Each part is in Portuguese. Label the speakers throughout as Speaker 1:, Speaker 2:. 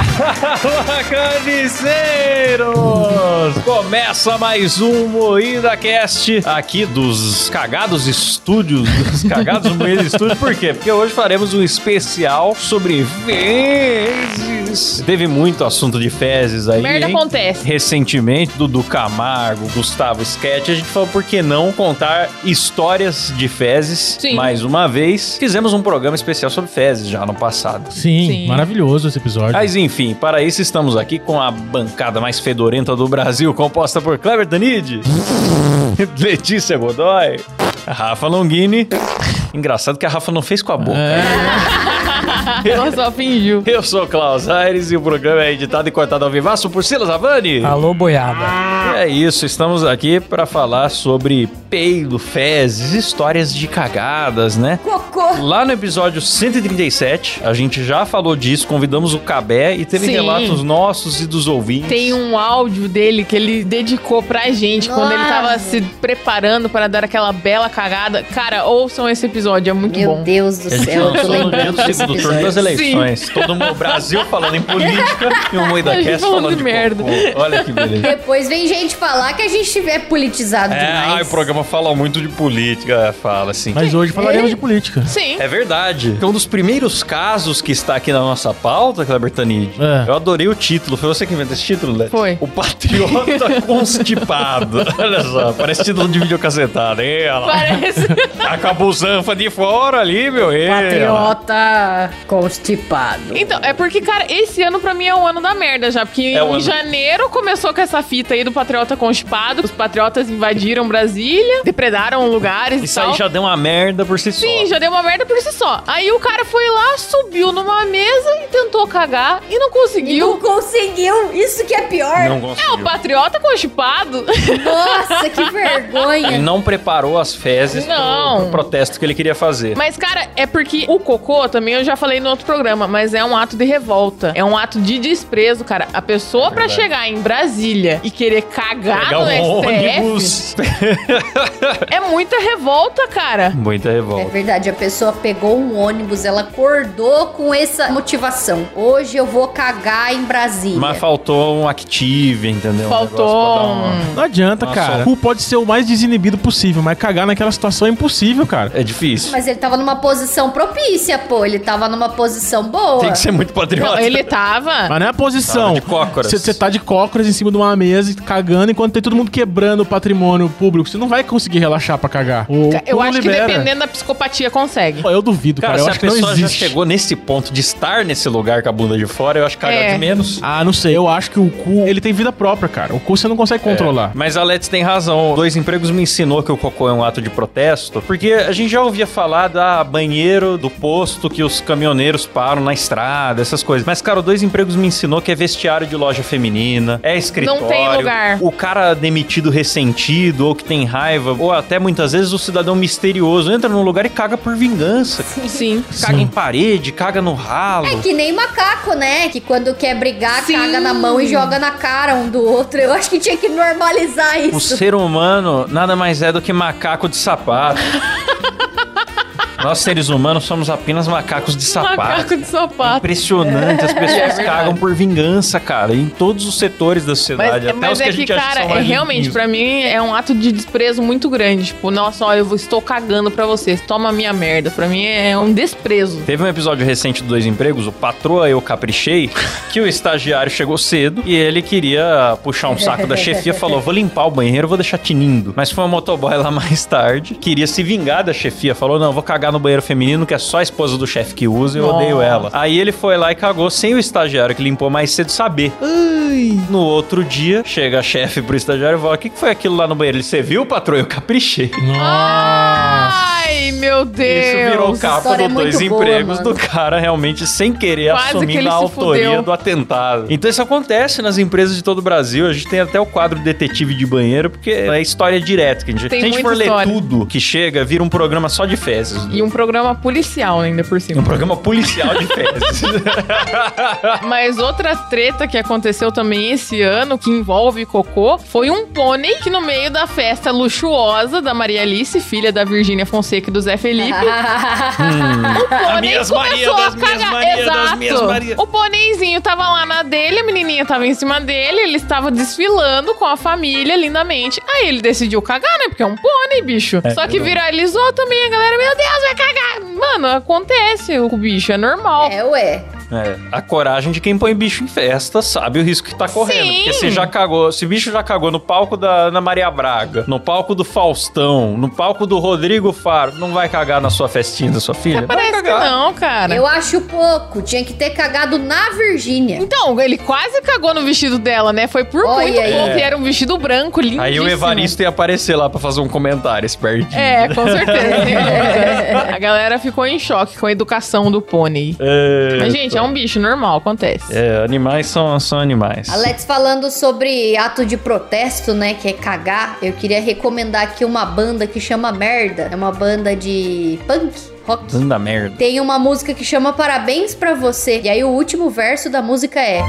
Speaker 1: Fala, carniceiros! Começa mais um Moída Cast aqui dos cagados estúdios, dos cagados Moída Estúdios. Por quê? Porque hoje faremos um especial sobre fezes. Teve muito assunto de fezes aí,
Speaker 2: Merda
Speaker 1: hein?
Speaker 2: acontece.
Speaker 1: Recentemente, Dudu Camargo, Gustavo Sketch, a gente falou por que não contar histórias de fezes
Speaker 2: Sim.
Speaker 1: mais uma vez. Fizemos um programa especial sobre fezes já no passado.
Speaker 3: Sim,
Speaker 2: Sim.
Speaker 3: maravilhoso esse episódio.
Speaker 1: Mas enfim, para isso estamos aqui com a bancada mais fedorenta do Brasil, composta por Kleber Tanid, Letícia Godoy, Rafa Longini. Engraçado que a Rafa não fez com a boca.
Speaker 2: É. Ela só fingiu.
Speaker 1: Eu sou o Klaus Aires e o programa é editado e cortado ao vivaço por Silas Avani.
Speaker 2: Ah.
Speaker 4: Alô, boiada.
Speaker 1: É isso, estamos aqui para falar sobre peido, fezes, histórias de cagadas, né?
Speaker 5: Cocô.
Speaker 1: Lá no episódio 137, a gente já falou disso, convidamos o Cabé e teve
Speaker 2: Sim.
Speaker 1: relatos nossos e dos ouvintes.
Speaker 2: Tem um áudio dele que ele dedicou pra gente quando ele tava se preparando para dar aquela bela cagada. Cara, ouçam esse episódio, é muito
Speaker 5: Meu
Speaker 2: bom.
Speaker 5: Deus do
Speaker 1: A gente
Speaker 5: céu, eu tô
Speaker 1: lançou no dia
Speaker 5: lembrando
Speaker 1: do
Speaker 5: desse
Speaker 1: segundo turno das
Speaker 5: episódio.
Speaker 1: eleições. Todo mundo, o Brasil falando em política e o Moeda
Speaker 2: A gente
Speaker 1: Cast
Speaker 2: falando
Speaker 1: falando,
Speaker 2: de
Speaker 1: de
Speaker 2: merda. é
Speaker 1: cocô. Olha que beleza.
Speaker 5: Depois vem gente falar que a gente é politizado
Speaker 1: É,
Speaker 5: demais.
Speaker 1: ai, o programa fala muito de política, fala assim.
Speaker 3: Mas hoje falaremos de política.
Speaker 2: Sim.
Speaker 1: É verdade. Então, um dos primeiros casos que está aqui na nossa pauta, Kleber Tanid,
Speaker 3: É.
Speaker 1: eu adorei o título. Foi você que inventou esse título, Lé?
Speaker 2: Foi.
Speaker 1: O Patriota Constipado. Olha só, parece título de videocassetado. Ei, olha lá.
Speaker 2: Parece.
Speaker 1: Acabou o Zanfa de fora ali, meu. Ei, olha lá.
Speaker 5: Patriota constipado.
Speaker 2: Então, é porque, cara, esse ano pra mim é o ano da merda já. Porque
Speaker 1: É o
Speaker 2: em
Speaker 1: ano.
Speaker 2: janeiro começou com essa fita aí do patriota constipado. Os patriotas invadiram Brasília, depredaram lugares e
Speaker 1: Isso
Speaker 2: tal.
Speaker 1: aí já deu uma merda por si só.
Speaker 2: Sim, já deu uma merda por si só. Aí o cara foi lá, subiu numa mesa e tentou cagar e não
Speaker 5: E
Speaker 2: conseguiu.
Speaker 5: não conseguiu, isso que é pior.
Speaker 1: Não
Speaker 2: É o
Speaker 1: conseguiu.
Speaker 2: patriota constipado.
Speaker 5: Nossa, que
Speaker 1: Ele
Speaker 5: vergonha.
Speaker 1: não preparou as fezes pro-
Speaker 2: Não.
Speaker 1: Pro, protesto que ele queria fazer.
Speaker 2: Mas, cara, é porque o cocô também eu já falei no outro programa, mas é um ato de revolta. É um ato de desprezo, cara. A pessoa pra
Speaker 1: É verdade.
Speaker 2: chegar em Brasília e querer cagar
Speaker 1: Pegar
Speaker 2: tá no
Speaker 1: um
Speaker 2: STF
Speaker 1: ônibus.
Speaker 2: é muita revolta, cara.
Speaker 1: Muita
Speaker 5: É
Speaker 1: revolta.
Speaker 5: verdade, a pessoa pegou um ônibus, ela acordou com essa motivação. Hoje eu vou cagar em Brasília.
Speaker 1: Mas faltou um active, entendeu? Um
Speaker 2: Faltou um-
Speaker 1: negócio pra dar uma-
Speaker 3: Não adianta,
Speaker 1: Nossa.
Speaker 3: cara. O cu pode ser o mais desinibido possível, mas cagar naquela situação é impossível, cara.
Speaker 1: É difícil.
Speaker 5: Mas ele tava numa posição propícia, pô. Ele tava numa posição boa.
Speaker 1: Tem que ser muito patriota.
Speaker 2: Não, ele tava.
Speaker 3: Mas não é a posição.
Speaker 1: Tava de cócoras.
Speaker 3: Você tá de cócoras em cima de uma mesa, e cagando, enquanto tem todo mundo quebrando o patrimônio público. Você não vai conseguir relaxar pra cagar. O cu
Speaker 2: Eu
Speaker 3: não
Speaker 2: acho
Speaker 3: libera.
Speaker 2: que dependendo da psicopatia consegue.
Speaker 3: Eu duvido, cara.
Speaker 1: Cara,
Speaker 3: Eu
Speaker 1: se a
Speaker 3: acho que não
Speaker 1: pessoa já
Speaker 3: existe.
Speaker 1: chegou nesse ponto de estar nesse lugar com a bunda de fora, eu acho que cagou
Speaker 2: É.
Speaker 1: de menos.
Speaker 3: Ah, não sei. Eu acho que o cu, ele tem vida própria, cara. O cu você não
Speaker 1: É.
Speaker 3: consegue controlar.
Speaker 1: Mas a Let's tem razão. Dois empregos me ensinou que o cocô é um ato de protesto, porque a gente já ouvia falar da banheiro do posto que os caminhoneiros param na estrada, essas coisas. Mas, cara, o dois empregos me ensinou que é vestiário de loja feminina, é escritório.
Speaker 2: tem lugar.
Speaker 1: O cara demitido ressentido, ou que tem raiva, ou até muitas vezes o cidadão misterioso entra num lugar e caga por vingança.
Speaker 2: Sim.
Speaker 1: Caga em parede, caga no ralo.
Speaker 5: É que nem macaco, né? Que quando quer brigar,
Speaker 2: Sim.
Speaker 5: caga na mão e joga na cara um do outro. Eu acho que tinha que normalizar
Speaker 1: O
Speaker 5: isso.
Speaker 1: ser humano nada mais é do que macaco de sapato. Nós, seres humanos, somos apenas macacos de sapato.
Speaker 2: Macaco de sapato. É
Speaker 1: Impressionante, as pessoas cagam por vingança, cara, em todos os setores da
Speaker 2: Mas,
Speaker 1: sociedade. até
Speaker 2: mas
Speaker 1: os que
Speaker 2: é
Speaker 1: a
Speaker 2: que,
Speaker 1: gente acha
Speaker 2: cara,
Speaker 1: que são
Speaker 2: é,
Speaker 1: mais
Speaker 2: realmente,
Speaker 1: limpinhos.
Speaker 2: pra mim, é um ato de desprezo muito grande. Tipo, nossa, ó, eu vou- estou cagando pra vocês, toma minha merda. Pra mim é um desprezo.
Speaker 1: Teve um episódio recente do Dois Empregos, o Patroa Eu Caprichei, que o estagiário chegou cedo e ele queria puxar um saco da chefia, falou, vou limpar o banheiro, vou deixar tinindo. Mas foi uma motoboy lá mais tarde, queria se vingar da chefia, falou, não, vou cagar no banheiro feminino, que é só a esposa do chefe que usa, eu odeio ela. Aí ele foi lá e cagou sem o estagiário que limpou mais cedo saber. No outro dia, chega a chefe pro estagiário e fala, o que que foi aquilo lá no banheiro? Ele, você viu, patroa? Eu caprichei.
Speaker 2: Ah!
Speaker 3: Nossa.
Speaker 2: Ai, meu Deus.
Speaker 1: Isso virou
Speaker 5: essa
Speaker 1: capa
Speaker 5: história
Speaker 1: do
Speaker 5: é muito
Speaker 1: dois
Speaker 5: boa,
Speaker 1: empregos
Speaker 5: mano.
Speaker 1: do cara realmente sem querer
Speaker 2: Quase que
Speaker 1: assumindo
Speaker 2: ele
Speaker 1: a
Speaker 2: se
Speaker 1: autoria
Speaker 2: fudeu.
Speaker 1: do atentado. Então isso acontece nas empresas de todo o Brasil. A gente tem até o quadro Detetive de Banheiro, porque é história direta. Que a gente,
Speaker 2: Tem
Speaker 1: se a gente
Speaker 2: muita
Speaker 1: for ler
Speaker 2: história.
Speaker 1: tudo que chega, vira um programa só de fezes.
Speaker 2: E um programa policial ainda por
Speaker 1: Um
Speaker 2: cima.
Speaker 1: programa policial de fezes.
Speaker 2: Mas outra treta que aconteceu também esse ano, que envolve cocô, foi um pônei que no meio da festa luxuosa da Maria Alice, filha da Virgínia Fonseca e do Zé Zé Felipe.
Speaker 1: As
Speaker 2: Pô, nem
Speaker 1: minhas Maria,
Speaker 2: começou
Speaker 1: das
Speaker 2: a
Speaker 1: minhas
Speaker 2: cagar.
Speaker 1: Maria, das
Speaker 2: Exato.
Speaker 1: minhas Maria.
Speaker 2: O Bonenzinho tava lá na dele, a menininha tava em cima dele, ele estava desfilando com a família lindamente. Aí ele decidiu cagar, né? Porque é um pônei, bicho.
Speaker 1: É,
Speaker 2: Só que
Speaker 1: verdade.
Speaker 2: viralizou também, a galera, meu Deus, vai cagar. Mano, acontece o bicho, é normal.
Speaker 5: É, ué.
Speaker 1: É, a coragem de quem põe bicho em festa sabe o risco que tá correndo.
Speaker 2: Sim.
Speaker 1: Porque se já cagou, se bicho já cagou no palco da Ana Maria Braga, no palco do Faustão, no palco do Rodrigo Faro, não vai cagar na sua festinha da sua filha? Vai
Speaker 2: Parece que
Speaker 1: cagar.
Speaker 2: não, cara.
Speaker 5: Eu acho pouco. Tinha que ter cagado na Virgínia.
Speaker 2: Então, ele quase cagou no vestido dela, né? Foi por
Speaker 5: Olha
Speaker 2: muito
Speaker 5: aí.
Speaker 2: pouco e era um vestido branco, lindíssimo.
Speaker 1: É. Aí o Evaristo ia aparecer lá pra fazer um comentário, esse perdido.
Speaker 2: É, com certeza. a galera ficou em choque com a educação do pônei.
Speaker 1: É,
Speaker 2: Mas, gente, é um bicho normal, acontece.
Speaker 1: é, animais são, são animais.
Speaker 5: Alex falando sobre ato de protesto, né? Que é cagar. Eu queria recomendar aqui uma banda que chama Merda. É uma banda de punk, rock.
Speaker 1: Anda merda.
Speaker 5: Tem uma música que chama Parabéns pra você. E aí o último verso da música é: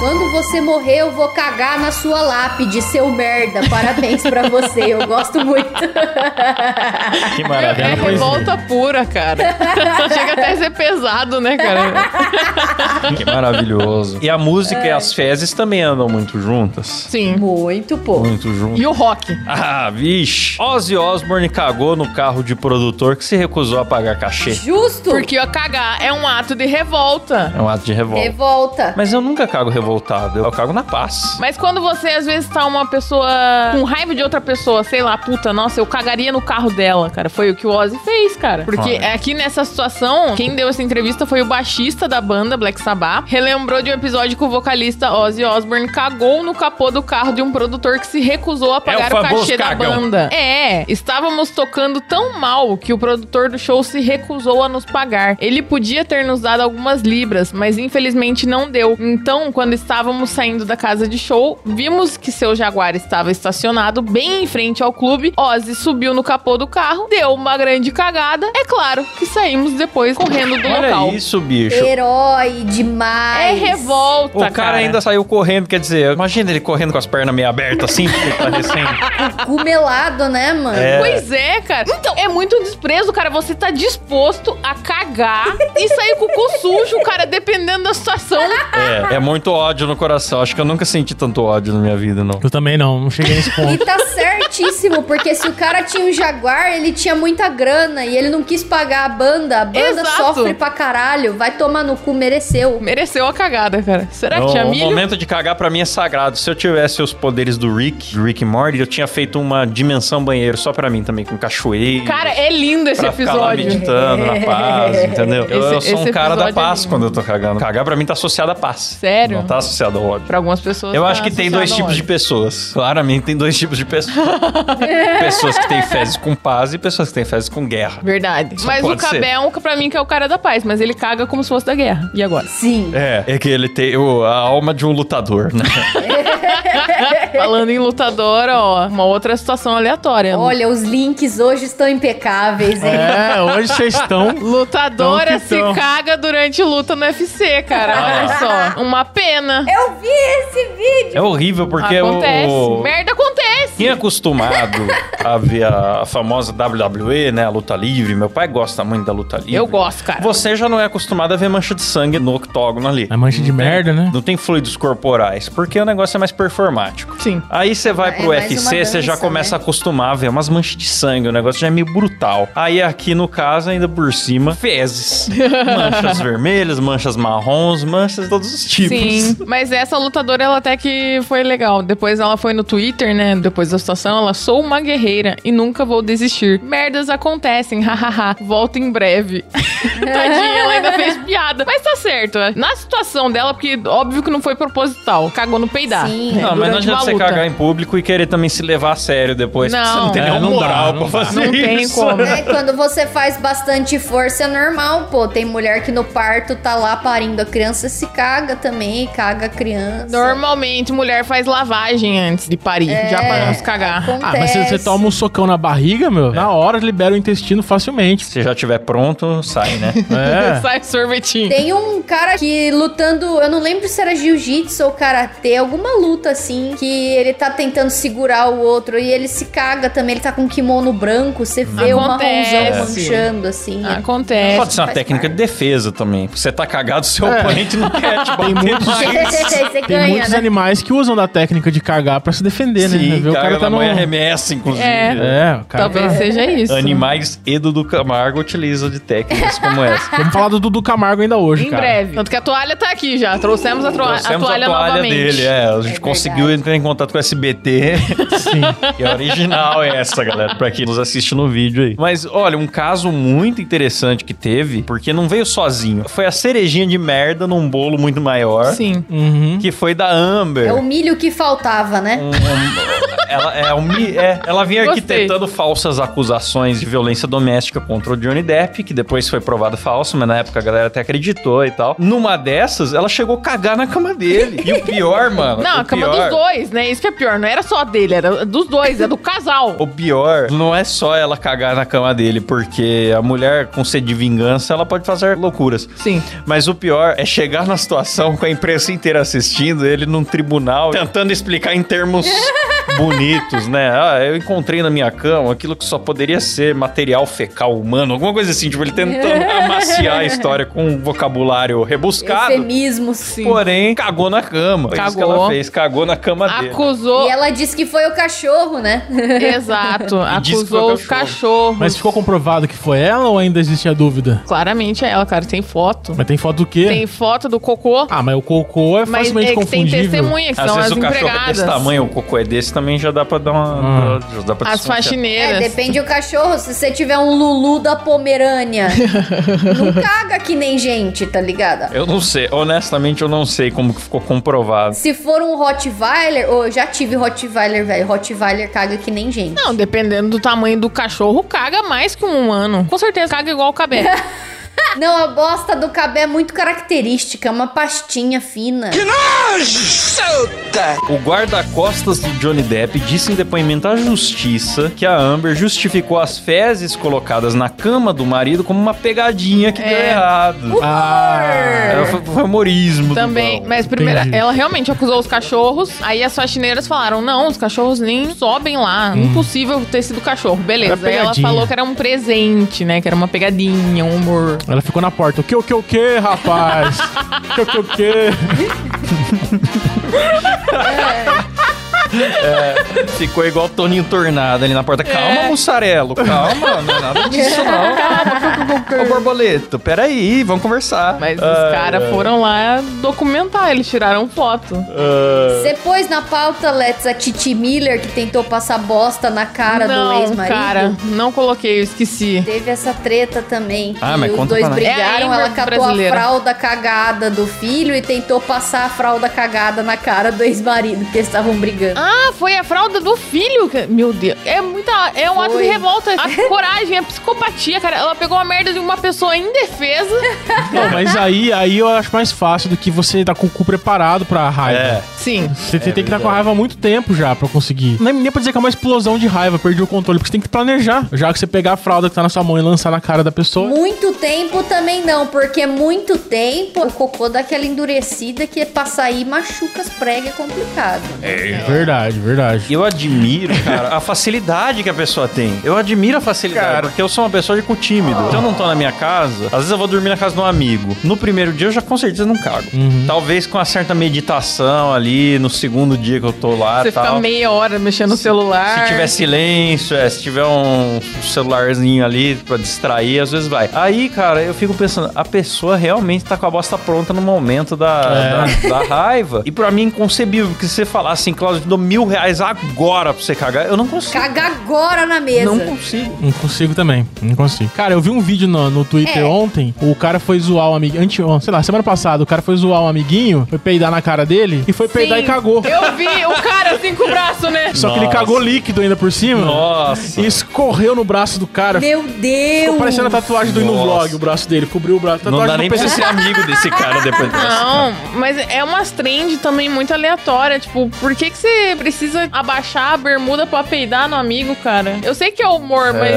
Speaker 5: Quando você morrer, eu vou cagar na sua lápide, seu merda. Parabéns pra você. Eu gosto muito.
Speaker 1: Que
Speaker 2: É,
Speaker 1: maravilha.
Speaker 2: é
Speaker 1: tá pois
Speaker 2: revolta pura, cara. Chega até a ser pesado, né, cara?
Speaker 1: Que maravilhoso. E a música
Speaker 2: É.
Speaker 1: e as fezes também andam muito juntas.
Speaker 2: Sim.
Speaker 5: muito pouco.
Speaker 1: Muito juntas.
Speaker 2: E o rock?
Speaker 1: Ah, vixe. Ozzy Osbourne cagou no carro de produtor que se recusou a pagar cachê.
Speaker 5: Justo.
Speaker 2: Porque o cagar é um ato de revolta.
Speaker 1: É um ato de revolta.
Speaker 5: Revolta.
Speaker 1: Mas eu nunca cago revoltado, eu cago na paz.
Speaker 2: Mas quando você, às vezes, tá uma pessoa com raiva de outra pessoa, sei lá, puta, nossa, eu cagaria no carro dela, cara. Foi o que o Ozzy fez, cara. Porque
Speaker 1: Olha.
Speaker 2: aqui nessa situação, quem deu essa entrevista foi o baixista da banda, Black Sabbath. Relembrou de um episódio que o vocalista Ozzy Osbourne cagou no capô do carro de um produtor que se recusou a pagar o
Speaker 1: É famoso
Speaker 2: cachê da
Speaker 1: cagão.
Speaker 2: banda. É, estávamos tocando tão mal que o produtor do show se recusou a nos pagar. Ele podia ter nos dado algumas libras, mas infelizmente não deu. Então, quando estávamos saindo da casa de show, vimos que seu Jaguar estava estacionado bem em frente ao clube. Ozzy subiu no capô do carro, deu uma grande cagada. É claro que saímos depois correndo do
Speaker 1: Olha
Speaker 2: local.
Speaker 1: isso, bicho.
Speaker 5: Herói
Speaker 2: É
Speaker 5: demais.
Speaker 2: revolta,
Speaker 1: O cara, ainda saiu correndo, quer dizer, imagina ele correndo com as pernas meio abertas assim, porque ele tá recém.
Speaker 5: Cumelado, né, mano?
Speaker 1: É.
Speaker 2: Pois é, cara. Então, é muito desprezo, cara. Você tá disposto a cagar e sair com o cu sujo, cara, dependendo da situação.
Speaker 1: É, é muito ódio no coração. Acho que eu nunca senti tanto ódio na minha vida, não.
Speaker 3: Eu também não, não cheguei nesse
Speaker 5: E
Speaker 3: ponto.
Speaker 5: tá certíssimo, porque se o cara tinha um Jaguar, ele tinha muita grana e ele não quis pagar a banda. A banda
Speaker 2: Exato.
Speaker 5: sofre pra caralho. Vai tomar no cu, mereceu.
Speaker 2: Mereceu a cagada, cara. Será
Speaker 1: Não,
Speaker 2: que tinha
Speaker 1: o
Speaker 2: milho?
Speaker 1: momento de cagar pra mim é sagrado. Se eu tivesse os poderes do Rick, do Rick e Morty, eu tinha feito uma dimensão banheiro só pra mim também, com cachoeira.
Speaker 2: Cara, é lindo esse
Speaker 1: pra ficar lá
Speaker 2: episódio. É.
Speaker 1: meditando na paz, entendeu? eu, eu
Speaker 2: Esse-
Speaker 1: sou um
Speaker 2: esse
Speaker 1: cara da
Speaker 2: episódio é
Speaker 1: paz
Speaker 2: lindo.
Speaker 1: quando eu tô cagando. Cagar pra mim tá associado à paz.
Speaker 2: Sério?
Speaker 1: Não tá associado ao ódio.
Speaker 2: Pra algumas pessoas.
Speaker 1: Eu
Speaker 2: tá
Speaker 1: acho que tem dois
Speaker 2: associado
Speaker 1: tipos
Speaker 2: a
Speaker 1: de
Speaker 2: ódio.
Speaker 1: pessoas. Claramente tem dois tipos de pessoas. pessoas que têm fezes com paz e pessoas que têm fezes com guerra.
Speaker 2: Verdade.
Speaker 1: Só
Speaker 2: mas o
Speaker 1: pode ser.
Speaker 2: Cabel, pra mim, que é o cara da paz, mas ele caga como se fosse da guerra. E agora?
Speaker 5: Sim.
Speaker 1: É, é que ele tem o- a alma de um lutador, né?
Speaker 2: Falando em lutadora, ó, uma outra situação aleatória. né?
Speaker 5: Olha, os links hoje estão impecáveis, hein?
Speaker 3: um é, hoje vocês estão.
Speaker 2: Lutadora
Speaker 3: Então que
Speaker 2: se
Speaker 3: então.
Speaker 2: caga durante luta no UFC, cara.
Speaker 1: Ah.
Speaker 2: Olha só. Uma pena.
Speaker 5: Eu vi esse vídeo!
Speaker 1: É horrível porque
Speaker 2: acontece.
Speaker 1: o...
Speaker 2: Merda acontece.
Speaker 1: Quem é acostumado a ver a famosa WWE, né? A luta livre. Meu pai gosta muito da luta livre.
Speaker 2: Eu gosto, cara.
Speaker 1: Você já não é acostumado a ver mancha de sangue no octógono ali.
Speaker 3: É mancha de merda, né?
Speaker 1: Não tem fluidos corporais, porque o negócio é mais performático.
Speaker 2: Sim.
Speaker 1: Aí você vai
Speaker 5: É
Speaker 1: pro
Speaker 5: mais uma
Speaker 1: UFC,
Speaker 5: dança,
Speaker 1: você já começa
Speaker 2: né?
Speaker 1: a acostumar a ver umas manchas de sangue, o negócio já é meio brutal. Aí aqui no caso, ainda por cima, fezes. Manchas vermelhas, manchas marrons, manchas de todos os tipos.
Speaker 2: Sim, mas essa lutadora, ela até que foi legal. Depois ela foi no Twitter, né? Depois da situação, ela sou uma guerreira e nunca vou desistir. Merdas acontecem, hahaha. Volta em breve. Tadinha, ela ainda fez piada. Mas tá certo, é. na situação dela, porque óbvio que não foi proposital. Cagou no peidar.
Speaker 5: Sim.
Speaker 2: né,
Speaker 1: Não, mas não
Speaker 2: durante
Speaker 1: adianta
Speaker 2: uma
Speaker 1: você
Speaker 2: luta.
Speaker 1: cagar em público e querer também se levar a sério depois. porque
Speaker 2: Não.
Speaker 1: Você não tem
Speaker 3: É,
Speaker 1: nenhuma
Speaker 3: não dá,
Speaker 1: moral
Speaker 3: não
Speaker 1: pra
Speaker 3: dá.
Speaker 1: fazer
Speaker 2: Não tem
Speaker 1: isso.
Speaker 2: como.
Speaker 5: É, quando você faz bastante força é normal, pô. Tem mulher que no parto tá lá parindo a criança, se caga também, caga a criança.
Speaker 2: Normalmente, mulher faz lavagem antes de parir.
Speaker 5: É.
Speaker 2: Já para não preciso cagar.
Speaker 3: Ah, mas se você toma um socão na barriga, meu, na hora libera o intestino facilmente.
Speaker 1: Se já tiver pronto, sai, né?
Speaker 3: É.
Speaker 2: Sai sorvetinho.
Speaker 5: Tem um cara que lutando, eu não lembro se era jiu-jitsu ou karatê, alguma luta assim, que ele tá tentando segurar o outro e ele se caga também, ele tá com um kimono branco, você vê o marronzão
Speaker 2: Acontece.
Speaker 3: É,
Speaker 2: Ah,
Speaker 5: manchando assim.
Speaker 2: Acontece.
Speaker 1: Pode ser uma
Speaker 5: faz
Speaker 1: técnica
Speaker 5: parte.
Speaker 1: de defesa também. Você tá cagado, seu
Speaker 3: É.
Speaker 1: oponente não quer tipo, te
Speaker 3: Tem
Speaker 1: bater
Speaker 3: muitos-
Speaker 1: mais.
Speaker 5: você
Speaker 3: Tem
Speaker 5: ganha,
Speaker 3: muitos
Speaker 5: né?
Speaker 3: animais que usam da técnica de cagar pra se defender, né?
Speaker 1: Sim,
Speaker 3: Vê,
Speaker 1: o cara da
Speaker 3: no-
Speaker 1: mãe arremessa, inclusive. É.
Speaker 2: É.
Speaker 3: É, o cara
Speaker 2: Talvez
Speaker 3: tá-
Speaker 2: seja isso.
Speaker 1: Animais e Dudu Camargo utilizam de técnicas como essa.
Speaker 3: Vamos falar do Dudu Camargo ainda hoje,
Speaker 2: Em
Speaker 3: cara.
Speaker 2: breve. Tanto que a toalha tá aqui já. Trouxemos a, troa-
Speaker 1: Trouxemos
Speaker 2: a toalha, novamente.
Speaker 1: dele, é. A gente
Speaker 5: É
Speaker 1: conseguiu entrar em contato com o SBT.
Speaker 3: Sim.
Speaker 1: É original essa, galera, pra quem nos assiste no vídeo aí. Mas, olha, um caso muito interessante que teve, porque não veio sozinho. Foi a cerejinha de merda num bolo muito maior,
Speaker 2: Sim.
Speaker 3: Uhum.
Speaker 1: que foi da Amber.
Speaker 5: É o milho que faltava, né?
Speaker 1: Um- um- ela, é, um mi- é, ela vinha
Speaker 2: Gostei.
Speaker 1: arquitetando falsas acusações de violência doméstica contra o Johnny Depp, que depois foi provado falso, mas na época a galera até acreditou e tal. Numa dessas, ela chegou a cagar na cama dele. E o pior, mano.
Speaker 2: Não,
Speaker 1: o
Speaker 2: a cama
Speaker 1: pior,
Speaker 2: dos dois, né? Isso que é pior. Não era só dele, era dos dois, é do casal.
Speaker 1: O pior não é só ela cagar na cama dele, porque a mulher com sede de vingança, ela pode fazer loucuras.
Speaker 2: Sim.
Speaker 1: Mas o pior é chegar na situação com a imprensa inteira assistindo, ele num tribunal, tentando explicar em termos bonitos, né? Ah, eu encontrei na minha cama aquilo que só poderia ser material fecal humano, alguma coisa assim, tipo, ele tentando amaciar a história com um vocabulário rebuscado.
Speaker 5: Eufemismos.
Speaker 1: Porém, cagou na cama. Foi isso que
Speaker 2: é Cagou.
Speaker 1: ela fez, cagou na cama dele.
Speaker 2: Acusou.
Speaker 5: E ela disse que foi o cachorro, né?
Speaker 2: Exato.
Speaker 1: disse que foi
Speaker 2: Acusou
Speaker 1: o
Speaker 2: os cachorros.
Speaker 3: Mas ficou comprovado que foi ela ou ainda existe a dúvida?
Speaker 2: Claramente é ela, cara. Tem foto.
Speaker 3: Mas tem foto do quê?
Speaker 2: Tem foto do cocô.
Speaker 3: Ah, mas o cocô é
Speaker 2: mas
Speaker 3: facilmente
Speaker 2: é que tem
Speaker 3: confundível.
Speaker 2: testemunha, que
Speaker 1: Às
Speaker 2: são
Speaker 1: vezes
Speaker 2: as
Speaker 1: o cachorro é
Speaker 2: empregadas.
Speaker 1: desse tamanho, o cocô é desse, também já dá pra dar uma.
Speaker 3: Ah.
Speaker 1: Já dá pra
Speaker 2: As
Speaker 1: desconfiar.
Speaker 5: É,
Speaker 2: faxineiras.
Speaker 5: depende do cachorro. Se você tiver um Lulu da Pomerânia, não caga que nem gente, tá ligado?
Speaker 1: Eu não sei, honestamente eu não sei como que ficou comprovado.
Speaker 5: Se for um Rottweiler, ou eu já tive Rottweiler, velho. Rottweiler caga que nem gente.
Speaker 2: Não, dependendo do tamanho do cachorro, caga mais que um humano. Com certeza caga igual o cabelo.
Speaker 5: Não, a bosta do cabé é muito característica, é uma pastinha fina.
Speaker 2: é
Speaker 1: O guarda-costas do Johnny Depp disse em depoimento à justiça que a Amber justificou as fezes colocadas na cama do marido como uma pegadinha que deu
Speaker 2: É.
Speaker 1: errado.
Speaker 3: Ah,
Speaker 1: Era, foi, foi humorismo.
Speaker 2: Também,
Speaker 1: do mal.
Speaker 2: mas primeiro,
Speaker 3: Entendi.
Speaker 2: ela realmente acusou os cachorros. Aí as faxineiras falaram: não, os cachorros nem sobem lá. Impossível ter sido cachorro. Beleza.
Speaker 3: Hum. Era
Speaker 2: Aí ela
Speaker 3: pegadinha.
Speaker 2: falou que era um presente, né? Que era uma pegadinha, um humor.
Speaker 3: ela ficou na porta. O que, o que, o que, rapaz? o que, o que, o que?
Speaker 1: Ficou igual Toninho Tornado ali na porta.
Speaker 2: É.
Speaker 1: Calma, mussarelo, calma, não é nada disso não. Calma, ô borboleto, peraí, vamos conversar.
Speaker 2: Mas
Speaker 1: Ah,
Speaker 2: os caras foram lá documentar, eles tiraram foto.
Speaker 5: Você pôs na pauta, Let's, a Titi Miller que tentou passar bosta na cara do
Speaker 2: não,
Speaker 5: ex-marido.
Speaker 2: cara, não coloquei, eu esqueci.
Speaker 5: Teve essa treta também.
Speaker 1: Ah,
Speaker 5: que
Speaker 1: mas
Speaker 5: os
Speaker 1: conta
Speaker 5: dois
Speaker 1: pra nós.
Speaker 2: É
Speaker 5: brigaram,
Speaker 2: a
Speaker 5: ela
Speaker 2: Amber
Speaker 5: catou
Speaker 2: brasileira.
Speaker 5: a fralda cagada do filho e tentou passar a fralda cagada na cara do ex-marido, porque eles estavam brigando.
Speaker 2: Ah, foi a fralda do filho. que- Meu Deus, é muita. É um ato de
Speaker 5: Foi.
Speaker 2: revolta. A coragem, a psicopatia, cara. Ela pegou a merda de uma pessoa indefesa.
Speaker 3: Não, mas aí, aí eu acho mais fácil do que você tá com o cu preparado pra raiva.
Speaker 1: É.
Speaker 2: Sim.
Speaker 3: Você tem que estar com a raiva há muito tempo já pra conseguir. Nem, nem pra dizer que é uma explosão de raiva, perdi o controle, porque você tem que planejar. Já que você pegar a fralda que tá na sua mão e lançar na cara da pessoa.
Speaker 5: Muito tempo também não, porque é muito tempo o cocô dá aquela endurecida que é pra sair machuca as pregas é complicado.
Speaker 3: é Verdade, verdade.
Speaker 1: Eu admiro, cara, a facilidade que a pessoa tem. Eu admiro a facilidade, porque eu sou uma pessoa de cu tímido. Se eu não tô na minha casa, às vezes eu vou dormir na casa de um amigo. No primeiro dia eu já com certeza não cago. Talvez com uma certa meditação ali, no segundo dia que eu tô
Speaker 3: Ah,
Speaker 1: lá
Speaker 2: Você
Speaker 1: e tal.
Speaker 3: tá.
Speaker 2: fica meia hora mexendo no celular.
Speaker 1: Se tiver silêncio, é, se tiver um celularzinho ali pra distrair, às vezes vai. Aí, cara, eu fico pensando, a pessoa realmente tá com a bosta pronta no momento da, da, da raiva. E pra mim é inconcebível, porque se você falar assim, Cláudio, eu te dou mil reais agora pra você cagar, eu não consigo.
Speaker 5: Caga agora na mesa.
Speaker 1: não consigo.
Speaker 3: Não consigo também, não consigo. Cara, eu vi um vídeo no, no Twitter
Speaker 5: É.
Speaker 3: ontem, o cara foi zoar um amiguinho, ante, ó, sei lá, semana passada, o cara foi zoar um amiguinho, foi peidar na cara dele, e foi peidar
Speaker 2: Sim,
Speaker 3: e cagou.
Speaker 2: Eu vi o cara assim com o braço, né?
Speaker 3: Só que ele
Speaker 1: Nossa.
Speaker 3: cagou líquido ainda por cima.
Speaker 1: Nossa.
Speaker 3: E escorreu correu no braço do cara.
Speaker 5: Meu Deus!
Speaker 3: Ficou parecendo a tatuagem do
Speaker 1: Nossa.
Speaker 3: Inuvlog, o braço dele. Cobriu o braço.
Speaker 1: Não
Speaker 3: Tatuagem
Speaker 1: dá nem pra você ser amigo desse cara depois dessa.
Speaker 2: Não, mas é umas trend também muito aleatória. Tipo, por que, que você precisa abaixar a bermuda pra peidar no amigo, cara? Eu sei que é humor, mas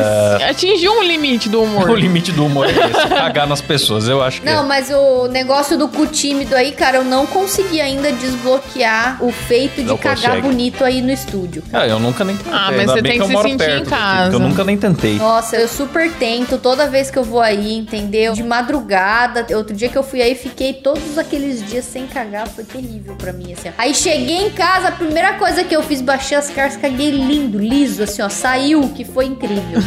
Speaker 2: atingiu um limite do humor.
Speaker 1: O limite do humor é esse, cagar nas pessoas, eu acho que é.
Speaker 5: Não, mas o negócio do cu tímido aí, cara, eu não consegui ainda desbloquear o feito de
Speaker 1: Não
Speaker 5: cagar
Speaker 1: consegue.
Speaker 5: bonito aí no estúdio.
Speaker 1: é. Ah, eu nunca nem tentei.
Speaker 2: Ah, mas
Speaker 1: Ainda
Speaker 2: você
Speaker 1: bem
Speaker 2: tem
Speaker 1: eu
Speaker 2: que se
Speaker 1: moro
Speaker 2: sentir em
Speaker 1: perto do Kiko,
Speaker 2: casa.
Speaker 1: que Eu nunca nem tentei.
Speaker 5: Nossa, eu super tento toda vez que eu vou aí, entendeu? De madrugada. Outro dia que eu fui aí, fiquei todos aqueles dias sem cagar. Foi terrível pra mim, assim. ó. Aí cheguei em casa, a primeira coisa que eu fiz, baixei as caras, caguei lindo, liso, assim, ó. Saiu, que foi incrível.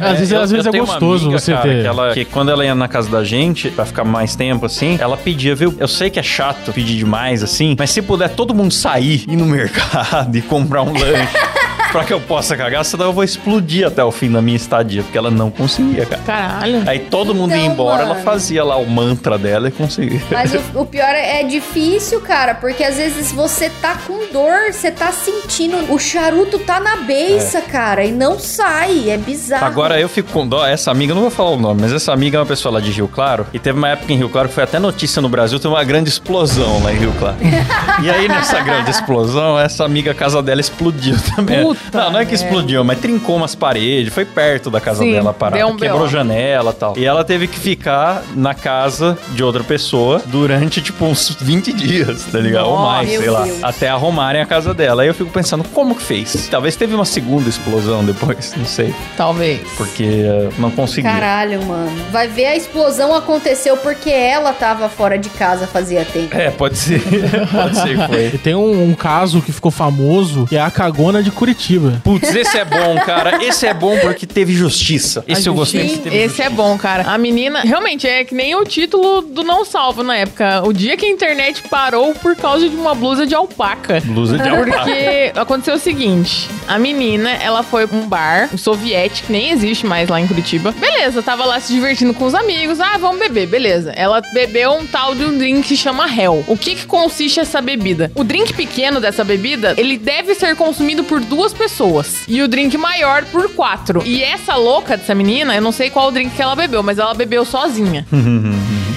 Speaker 3: Às vezes,
Speaker 1: eu-
Speaker 3: às
Speaker 1: eu
Speaker 3: vezes é
Speaker 1: tenho uma
Speaker 3: gostoso
Speaker 1: amiga,
Speaker 3: você
Speaker 1: cara,
Speaker 3: ter.
Speaker 1: Que, ela- que quando ela ia na casa da gente, pra ficar mais tempo assim, ela pedia, viu? Eu sei que é chato pedir demais assim, mas se puder todo mundo sair, ir no mercado e comprar um lanche. Pra que eu possa cagar, senão eu vou explodir até o fim da minha estadia, porque ela não conseguia, cara.
Speaker 2: Caralho.
Speaker 1: Aí todo mundo ia
Speaker 5: Então,
Speaker 1: embora, ela
Speaker 5: mano.
Speaker 1: fazia lá o mantra dela e conseguia.
Speaker 5: Mas o, o pior é, é difícil, cara, porque às vezes você tá com dor, você tá sentindo, o charuto tá na beiça, cara, e não sai, é bizarro.
Speaker 1: Agora eu fico com dó, essa amiga, eu não vou falar o nome, mas essa amiga é uma pessoa lá de Rio Claro, e teve uma época em Rio Claro que foi até notícia no Brasil, teve uma grande explosão lá em Rio Claro. e aí nessa grande explosão, essa amiga, a casa dela explodiu também.
Speaker 2: Puta
Speaker 1: não, não é que explodiu, mas trincou umas paredes, foi perto da casa
Speaker 2: Sim,
Speaker 1: dela a parada,
Speaker 2: deu um
Speaker 1: quebrou
Speaker 2: BO.
Speaker 1: janela e tal. E ela teve que ficar na casa de outra pessoa durante tipo uns 20 dias, tá ligado? Ou
Speaker 2: Nossa,
Speaker 1: mais, sei
Speaker 5: meu
Speaker 1: lá.
Speaker 5: Deus.
Speaker 1: Até arrumarem a casa dela. Aí eu fico pensando, como que fez? Talvez teve uma segunda explosão depois, não sei
Speaker 2: Talvez.
Speaker 1: porque eh, não conseguia.
Speaker 5: Caralho, mano. Vai ver a explosão aconteceu porque ela tava fora de casa fazia tempo.
Speaker 1: É, pode ser. pode ser que
Speaker 3: E
Speaker 1: foi.
Speaker 3: tem um, um caso que ficou famoso, que é a cagona de Curitiba.
Speaker 1: Putz, esse é bom, cara. Esse é bom porque teve justiça. Esse eu gostei.
Speaker 5: justiça.
Speaker 1: porque teve
Speaker 2: Esse é
Speaker 1: justiça.
Speaker 2: bom, cara. A menina, realmente, é que nem o título do Não Salvo na época. O dia que a internet parou por causa de uma blusa de alpaca.
Speaker 1: Blusa de alpaca.
Speaker 2: Porque aconteceu o seguinte: a menina, ela foi pra um bar, um soviético, que nem existe mais lá em Curitiba. Beleza, tava lá se divertindo com os amigos. Ah, vamos beber, beleza. Ela bebeu um tal de um drink que chama Hell. O que que consiste essa bebida? O drink pequeno dessa bebida, ele deve ser consumido por duas pessoas. E o drink maior por quatro. E essa louca dessa menina, eu não sei qual o drink que ela bebeu, mas ela bebeu sozinha.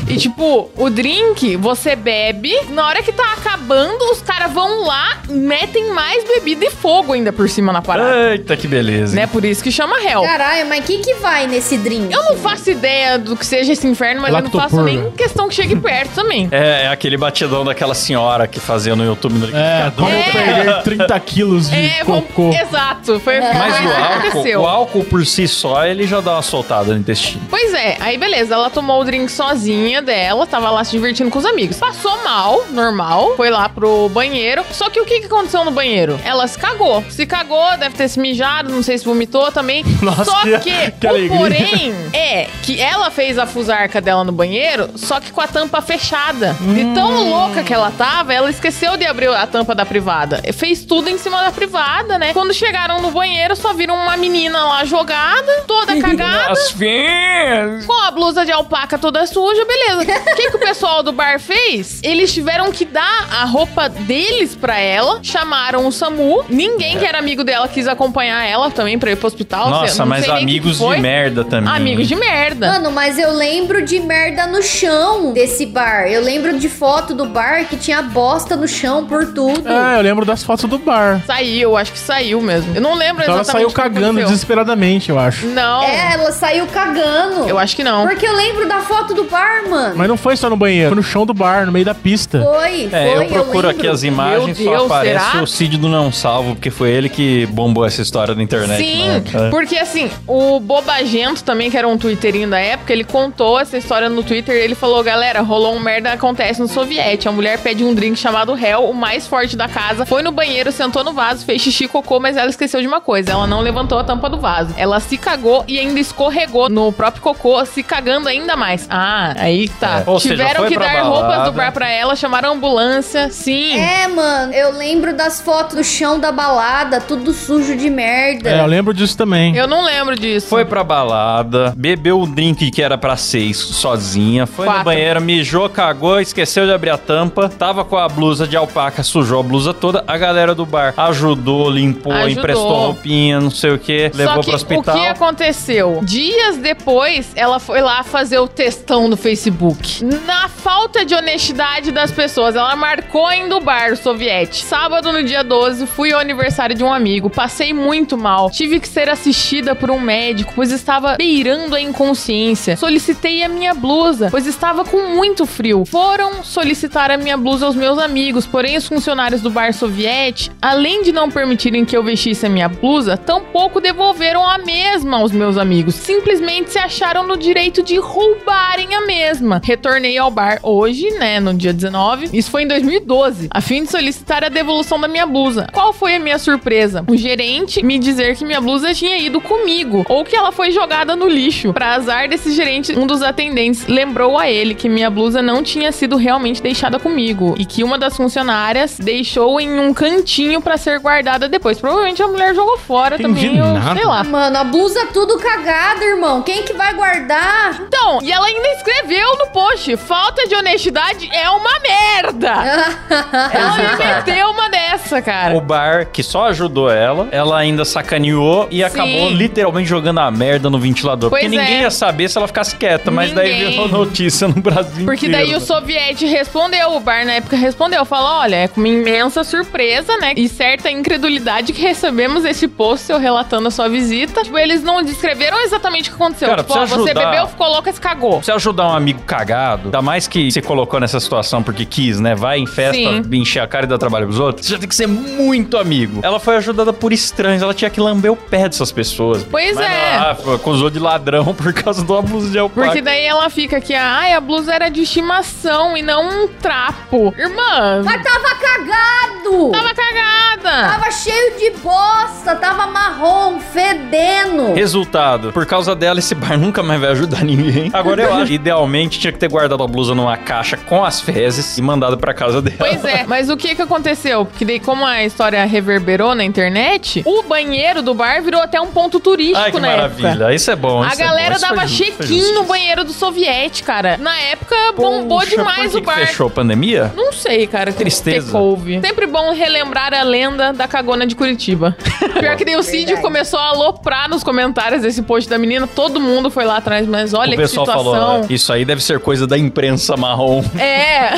Speaker 2: E tipo, o drink você bebe, na hora que tá acabando, os caras vão lá, metem mais bebida e fogo ainda por cima na parada.
Speaker 1: Eita, que beleza.
Speaker 2: Né? Por isso que chama Hell.
Speaker 1: É.
Speaker 5: Caralho, mas o que que vai nesse drink?
Speaker 2: Eu não faço ideia do que seja esse inferno, mas eu não faço
Speaker 3: Lactopurga.
Speaker 2: nem questão que chegue perto também.
Speaker 1: É, é aquele batidão daquela senhora que fazia no YouTube no
Speaker 3: É,
Speaker 1: liquidificador.
Speaker 3: como
Speaker 2: É.
Speaker 3: perder 30 quilos de
Speaker 2: É, vamos-
Speaker 3: cocô.
Speaker 2: exato, foi
Speaker 1: Mas
Speaker 2: foi
Speaker 1: o
Speaker 2: isso que
Speaker 1: álcool,
Speaker 2: aconteceu.
Speaker 1: o álcool por si só, ele já dá uma soltada no intestino.
Speaker 2: Pois é, aí beleza, ela tomou o drink sozinha dela, tava lá se divertindo com os amigos. Passou mal, normal, foi lá pro banheiro. Só que o que, que aconteceu no banheiro? Ela se cagou. Se cagou, deve ter se mijado, não sei se vomitou também.
Speaker 3: Nossa,
Speaker 2: só
Speaker 3: que-
Speaker 2: que,
Speaker 3: que
Speaker 2: o
Speaker 3: alegria.
Speaker 2: porém é que ela fez a fusarca dela no banheiro, só que com a tampa fechada.
Speaker 3: Hum.
Speaker 2: De tão louca que ela tava, ela esqueceu de abrir a tampa da privada. Fez tudo em cima da privada, né? Quando chegaram no banheiro, só viram uma menina lá jogada, toda cagada
Speaker 1: As vezes.
Speaker 2: com a blusa de alpaca toda suja, beleza. O que, que o pessoal do bar fez? Eles tiveram que dar a roupa deles pra ela, chamaram o SAMU. Ninguém que era amigo dela quis acompanhar ela também pra ir pro hospital. sei-
Speaker 1: Nossa,
Speaker 2: não
Speaker 1: mas
Speaker 2: sei nem o que
Speaker 1: amigos
Speaker 2: foi.
Speaker 1: de merda né? também.
Speaker 2: Amigos de merda.
Speaker 5: Mano, mas eu lembro de merda no chão desse bar. Eu lembro de foto do bar que tinha bosta no chão por tudo.
Speaker 3: É, eu lembro das fotos do bar.
Speaker 2: Saiu, acho que saiu mesmo. Eu não lembro
Speaker 3: Então ela
Speaker 2: exatamente.
Speaker 3: saiu
Speaker 2: o que
Speaker 3: cagando
Speaker 2: aconteceu.
Speaker 3: desesperadamente, eu acho.
Speaker 2: Não,
Speaker 5: É, ela saiu cagando.
Speaker 2: eu acho que não.
Speaker 5: Porque eu lembro da foto do bar, mano.
Speaker 3: Mas não foi só no banheiro, foi no chão do bar, no meio da pista.
Speaker 5: Foi, foi.
Speaker 1: É, eu procuro
Speaker 5: lembro.
Speaker 1: aqui as imagens,
Speaker 2: Meu
Speaker 1: só
Speaker 2: Deus,
Speaker 1: aparece
Speaker 2: será?
Speaker 1: o Cid do Não Salvo, porque foi ele que bombou essa história da internet.
Speaker 2: Sim,
Speaker 1: né? É.
Speaker 2: porque assim, o Bobagento também, que era um twitterinho da época, ele contou essa história no Twitter. Ele falou: galera, rolou um merda, acontece no soviete. A mulher pede um drink chamado Hell, o mais forte da casa. Foi no banheiro, sentou no vaso, fez xixi, cocô, mas ela esqueceu de uma coisa: ela não levantou a tampa do vaso. Ela se cagou e ainda escorregou no próprio cocô, se cagando ainda mais. Ah, aí Tá.
Speaker 1: É. Ou seja,
Speaker 2: Tiveram
Speaker 1: foi
Speaker 2: que
Speaker 1: pra
Speaker 2: dar roupas
Speaker 1: balada.
Speaker 2: do bar pra ela, chamaram a ambulância. Sim.
Speaker 5: É, mano, eu lembro das fotos do chão da balada, tudo sujo de merda.
Speaker 3: É, eu lembro disso também.
Speaker 2: Eu não lembro disso.
Speaker 1: Foi pra balada, bebeu o drink que era pra seis sozinha, foi
Speaker 2: Quatro.
Speaker 1: no banheiro, mijou, cagou, esqueceu de abrir a tampa, tava com a blusa de alpaca, sujou a blusa toda. A galera do bar ajudou, limpou,
Speaker 2: Ajudou.
Speaker 1: emprestou roupinha, não sei o que,
Speaker 2: Só
Speaker 1: levou
Speaker 2: que é
Speaker 1: pro hospital.
Speaker 2: o que aconteceu? Dias depois, ela foi lá fazer o textão no Facebook. Na falta de honestidade das pessoas, ela marcou indo bar o soviete. Sábado, no dia 12, fui ao aniversário de um amigo. Passei muito mal. Tive que ser assistida por um médico, pois estava beirando a inconsciência. Solicitei a minha blusa, pois estava com muito frio. Foram solicitar a minha blusa aos meus amigos, porém os funcionários do bar soviete, além de não permitirem que eu vestisse a minha blusa, tampouco devolveram a mesma aos meus amigos. Simplesmente se acharam no direito de roubarem a mesma. Retornei ao bar hoje, né, no dia 19. Isso foi em 2012, a fim de solicitar a devolução da minha blusa. Qual foi a minha surpresa? O gerente me dizer que minha blusa tinha ido comigo ou que ela foi jogada no lixo. Pra azar desse gerente, um dos atendentes lembrou a ele que minha blusa não tinha sido realmente deixada comigo e que uma das funcionárias deixou em um cantinho pra ser guardada depois. Provavelmente a mulher jogou fora
Speaker 3: Entendi
Speaker 2: também, eu
Speaker 3: nada.
Speaker 2: sei lá.
Speaker 5: Mano, a blusa tudo cagada, irmão. Quem que vai guardar?
Speaker 2: Então, e ela ainda escreveu no post: falta de honestidade é uma merda. Ela me meteu uma dessa, cara.
Speaker 1: O bar que só ajudou ela, ela ainda sacaneou e acabou literalmente jogando a merda no ventilador.
Speaker 2: Pois
Speaker 1: porque
Speaker 2: é.
Speaker 1: ninguém ia saber se ela ficasse quieta, mas daí
Speaker 2: Ninguém.
Speaker 1: virou notícia no Brasil
Speaker 2: Porque
Speaker 1: inteiro.
Speaker 2: daí o soviete respondeu, o Bar na época respondeu, falou, olha, é com uma imensa surpresa, né, e certa incredulidade que recebemos esse post seu relatando a sua visita. Tipo, eles não descreveram exatamente o que aconteceu.
Speaker 1: Cara,
Speaker 2: tipo, ó,
Speaker 1: precisa
Speaker 2: você
Speaker 1: ajudar.
Speaker 2: bebeu, ficou louca e se cagou.
Speaker 1: Você ajudar um amigo cagado, ainda mais que se colocou nessa situação porque quis, né? Vai em festa,
Speaker 2: Sim.
Speaker 1: encher a cara e dar trabalho pros outros. Você já tem que ser muito amigo. Ela foi ajudada por estranhos, ela tinha que lamber o pé dessas pessoas.
Speaker 2: Pois
Speaker 1: Mas
Speaker 2: é.
Speaker 1: ela, ah, acusou de ladrão por causa do abuso de alpaca.
Speaker 2: Porque daí ela fica aqui, ai, a blusa era de estimação e não um trapo. Irmã,
Speaker 5: Mas tava cagado!
Speaker 2: tava cagada.
Speaker 5: Tava cheio de bosta, tava marrom, fedendo.
Speaker 1: Resultado, por causa dela, esse bar nunca mais vai ajudar ninguém. Agora eu acho, idealmente, tinha que ter guardado a blusa numa caixa com as fezes e mandado pra casa dela.
Speaker 2: Pois é, mas o que que aconteceu? Porque daí, como a história reverberou na internet, o banheiro do bar virou até um ponto turístico
Speaker 1: Ai, que
Speaker 2: na época.
Speaker 1: maravilha. Isso é bom.
Speaker 2: A
Speaker 1: isso é bom.
Speaker 2: galera
Speaker 1: Isso foi
Speaker 2: dava
Speaker 1: justo, foi
Speaker 2: check-in
Speaker 1: justo.
Speaker 2: no banheiro do soviete, cara. Na época, bombou
Speaker 1: Poxa, por
Speaker 2: demais
Speaker 1: que
Speaker 2: o
Speaker 1: que
Speaker 2: bar.
Speaker 1: Fechou a pandemia?
Speaker 2: Não sei, cara. que-
Speaker 1: Tristeza.
Speaker 2: Que couve. Sempre bom relembrar a lenda da cagona de Curitiba. Pior que daí o Cid
Speaker 5: Verdade.
Speaker 2: começou a aloprar nos comentários desse post da menina. Todo mundo foi lá atrás, mas olha
Speaker 1: o
Speaker 2: que
Speaker 1: pessoal
Speaker 2: situação.
Speaker 1: falou, né? isso aí deve ser coisa da imprensa marrom.
Speaker 2: É.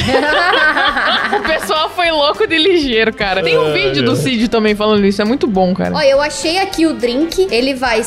Speaker 2: o pessoal foi louco de ligeiro, cara. Tem um
Speaker 1: Ai,
Speaker 2: vídeo do
Speaker 1: ai.
Speaker 2: Cid também falando isso. É muito bom, cara.
Speaker 5: Ó, eu achei aqui o drink. Ele vai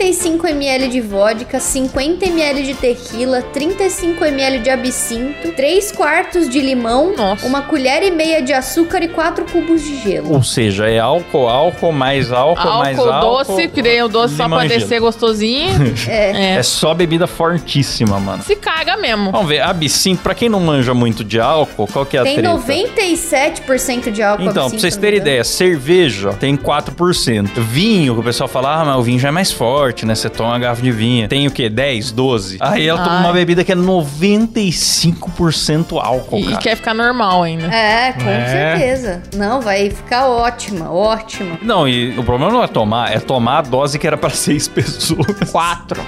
Speaker 5: 75ml de vodka, 50ml de tequila, 35ml de absinto, 3 quartos de limão,
Speaker 2: Nossa.
Speaker 5: uma colher e meia de açúcar e 4 cubos de gelo.
Speaker 1: Ou seja, é álcool, álcool, mais álcool, mais
Speaker 2: Álcool,
Speaker 1: álcool.
Speaker 2: doce, que daí o doce só
Speaker 1: limão
Speaker 2: pra
Speaker 1: e
Speaker 2: descer
Speaker 1: gelo.
Speaker 2: gostosinho.
Speaker 1: É. só bebida fortíssima, mano.
Speaker 2: Se caga mesmo.
Speaker 1: Vamos ver, absinto, pra quem não manja muito de álcool, qual que é a
Speaker 5: Tem
Speaker 1: treta?
Speaker 5: 97% de álcool
Speaker 1: Então, pra
Speaker 5: absinto,
Speaker 1: vocês
Speaker 5: não
Speaker 1: terem
Speaker 5: é?
Speaker 1: ideia, cerveja tem 4%. Vinho, que o pessoal fala, ah, mas o vinho já é mais forte, né? Você toma uma garrafa de vinho. Tem o quê? 10, 12? Aí ela toma
Speaker 2: Ai.
Speaker 1: uma bebida que é 95% álcool,
Speaker 2: E, e
Speaker 1: cara.
Speaker 2: quer ficar normal ainda.
Speaker 5: É, com
Speaker 3: É.
Speaker 5: certeza. Não, vai ficar ótima, ótima.
Speaker 1: Não, e o problema não é tomar, é tomar a dose que era pra seis pessoas.
Speaker 2: Quatro.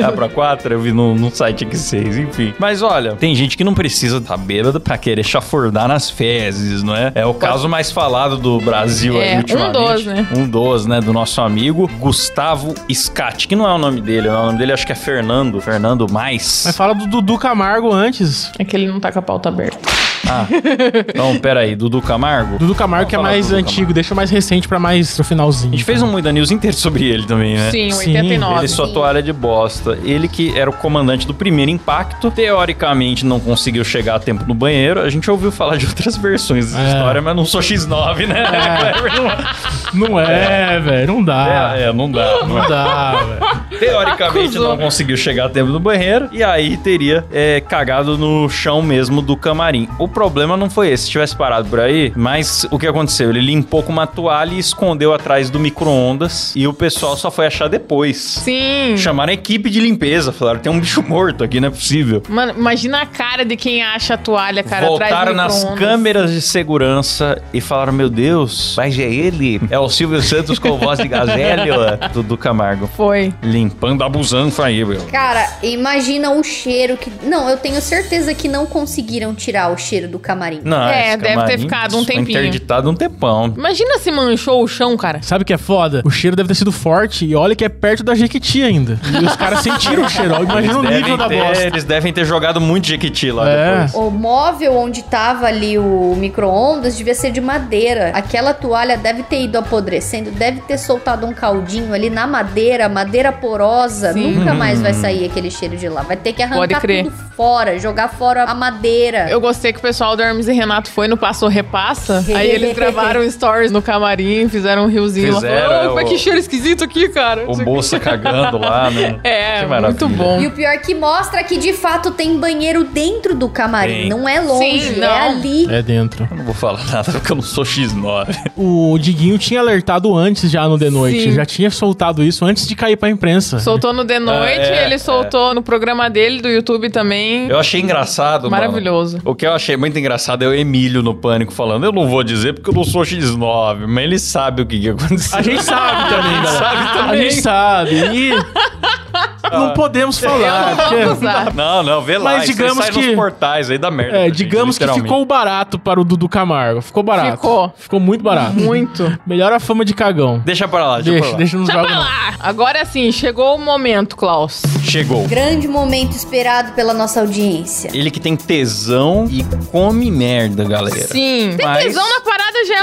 Speaker 1: Dá pra quatro? Eu vi no, no site aqui seis, enfim. Mas olha, tem gente que não precisa tá bêbada pra querer chafurdar nas fezes, não é? É o caso mais falado do Brasil
Speaker 2: É,
Speaker 1: aí ultimamente.
Speaker 2: um dos, né?
Speaker 1: Um dos, né? Do nosso amigo Gustavo Scatti, que não é o nome dele, né? O nome dele acho que é Fernando. Fernando
Speaker 3: Mas
Speaker 1: Mais.
Speaker 3: fala do Dudu Camargo antes.
Speaker 2: É que ele não tá com a pauta aberta.
Speaker 1: Ah, então peraí, Dudu Camargo?
Speaker 3: Dudu Camargo
Speaker 1: Vamos
Speaker 3: que é
Speaker 1: falar
Speaker 3: mais
Speaker 1: do Dudu
Speaker 3: antigo,
Speaker 1: Camargo.
Speaker 3: deixa o mais recente pra mais pro finalzinho.
Speaker 1: A gente fez um Muida News inteiro sobre ele também, né?
Speaker 2: Sim,
Speaker 3: Sim,
Speaker 2: 89.
Speaker 1: Ele só toalha de bosta. Ele que era o comandante do primeiro impacto, teoricamente não conseguiu chegar a tempo no banheiro. A gente ouviu falar de outras versões dessa
Speaker 3: É.
Speaker 1: história, mas não sou X9, né?
Speaker 3: Não é, velho, não dá.
Speaker 1: É, é, não dá. não
Speaker 3: Não
Speaker 1: é.
Speaker 3: dá, velho.
Speaker 1: Teoricamente
Speaker 2: Acusou.
Speaker 1: não conseguiu chegar a tempo no banheiro e aí teria é, cagado no chão mesmo do camarim. O problema não foi esse. Se tivesse parado por aí, mas o que aconteceu? Ele limpou com uma toalha e escondeu atrás do micro-ondas e o pessoal só foi achar depois.
Speaker 2: Sim.
Speaker 1: Chamaram a equipe de limpeza, falaram: tem um bicho morto aqui, não é possível.
Speaker 2: Mano, imagina a cara de quem acha a toalha, cara,
Speaker 1: Voltaram
Speaker 2: atrás do
Speaker 1: nas
Speaker 2: micro-ondas.
Speaker 1: câmeras de segurança e falaram: Meu Deus, mas é ele? É o Silvio Santos com voz de gazélio do, do Camargo.
Speaker 2: Foi.
Speaker 1: Limpando a busanfa aí, meu.
Speaker 5: Cara, imagina o cheiro que. Não, eu tenho certeza que não conseguiram tirar o cheiro do camarim.
Speaker 1: Não,
Speaker 2: É,
Speaker 1: esse
Speaker 2: deve ter
Speaker 1: camarim
Speaker 2: ficado um
Speaker 1: foi
Speaker 2: tempinho.
Speaker 1: Interditado um tempão.
Speaker 2: Imagina se manchou o chão, cara.
Speaker 3: Sabe o que é foda? O cheiro deve ter sido forte e olha que é perto da Jequiti ainda. E os caras sentiram o cheiro. ó, Imagina o nível da
Speaker 1: ter,
Speaker 3: bosta.
Speaker 1: eles devem ter jogado muito Jequiti lá
Speaker 3: É.
Speaker 1: depois.
Speaker 5: O móvel onde tava ali o micro-ondas devia ser de madeira. Aquela toalha deve ter ido apodrecendo, deve ter soltado um caldinho ali na madeira, madeira porosa.
Speaker 2: Sim.
Speaker 5: Nunca mais vai sair aquele cheiro de lá. Vai ter que
Speaker 2: Pode
Speaker 5: arrancar
Speaker 2: crer.
Speaker 5: tudo fora, jogar fora a madeira.
Speaker 2: Eu gostei que o pessoal do Hermes e Renato foi no Passou Repassa. aí eles gravaram stories no camarim, fizeram um riozinho
Speaker 1: Fizeram,
Speaker 2: lá.
Speaker 1: é,
Speaker 2: Oh, como é que
Speaker 1: o-
Speaker 2: cheiro esquisito aqui, cara?
Speaker 1: O moça cagando lá, né?
Speaker 2: É,
Speaker 1: Que
Speaker 2: muito
Speaker 1: maravilha.
Speaker 2: bom.
Speaker 5: E o pior é que mostra que de fato tem banheiro dentro do camarim.
Speaker 1: Tem.
Speaker 5: Não é longe,
Speaker 2: Sim,
Speaker 5: é
Speaker 2: não.
Speaker 5: ali.
Speaker 3: É dentro.
Speaker 1: Eu não vou falar nada porque eu não sou X9.
Speaker 3: O Diguinho tinha alertado antes já no The Noite.
Speaker 2: Sim.
Speaker 3: Já tinha soltado isso antes de cair pra imprensa.
Speaker 2: Soltou no The Noite,
Speaker 1: é,
Speaker 2: ele
Speaker 1: é.
Speaker 2: soltou no programa dele, do YouTube também.
Speaker 1: Eu achei engraçado, mano.
Speaker 2: Maravilhoso.
Speaker 1: O que eu achei muito engraçado é o Emílio no pânico falando: Eu não vou dizer porque eu não sou X9, mas ele sabe o que, que aconteceu.
Speaker 3: A gente sabe também,
Speaker 1: A gente
Speaker 3: galera.
Speaker 1: sabe
Speaker 3: A
Speaker 1: também.
Speaker 3: gente sabe. E não podemos falar. porque-
Speaker 2: Ah, Vamos lá.
Speaker 1: Não, não, vê lá.
Speaker 3: Mas
Speaker 1: isso aí
Speaker 3: digamos
Speaker 1: sai
Speaker 3: que-
Speaker 1: nos portais aí da merda. pra
Speaker 3: É,
Speaker 1: gente,
Speaker 3: digamos que
Speaker 1: literalmente.
Speaker 3: ficou barato para o Dudu Camargo. Ficou barato.
Speaker 2: Ficou.
Speaker 3: Ficou muito barato.
Speaker 2: Muito.
Speaker 3: Melhor a fama de cagão.
Speaker 1: Deixa pra lá, deixa, pra
Speaker 3: um- Deixa,
Speaker 1: lá.
Speaker 3: deixa nos
Speaker 2: Deixa
Speaker 3: jogos
Speaker 2: pra
Speaker 3: não.
Speaker 2: lá. Agora sim, chegou o momento, Klaus.
Speaker 1: Chegou.
Speaker 5: Grande momento esperado pela nossa audiência.
Speaker 1: Ele que tem tesão e come merda, galera.
Speaker 2: Sim. Ter
Speaker 1: Mas-
Speaker 2: tesão na parada já é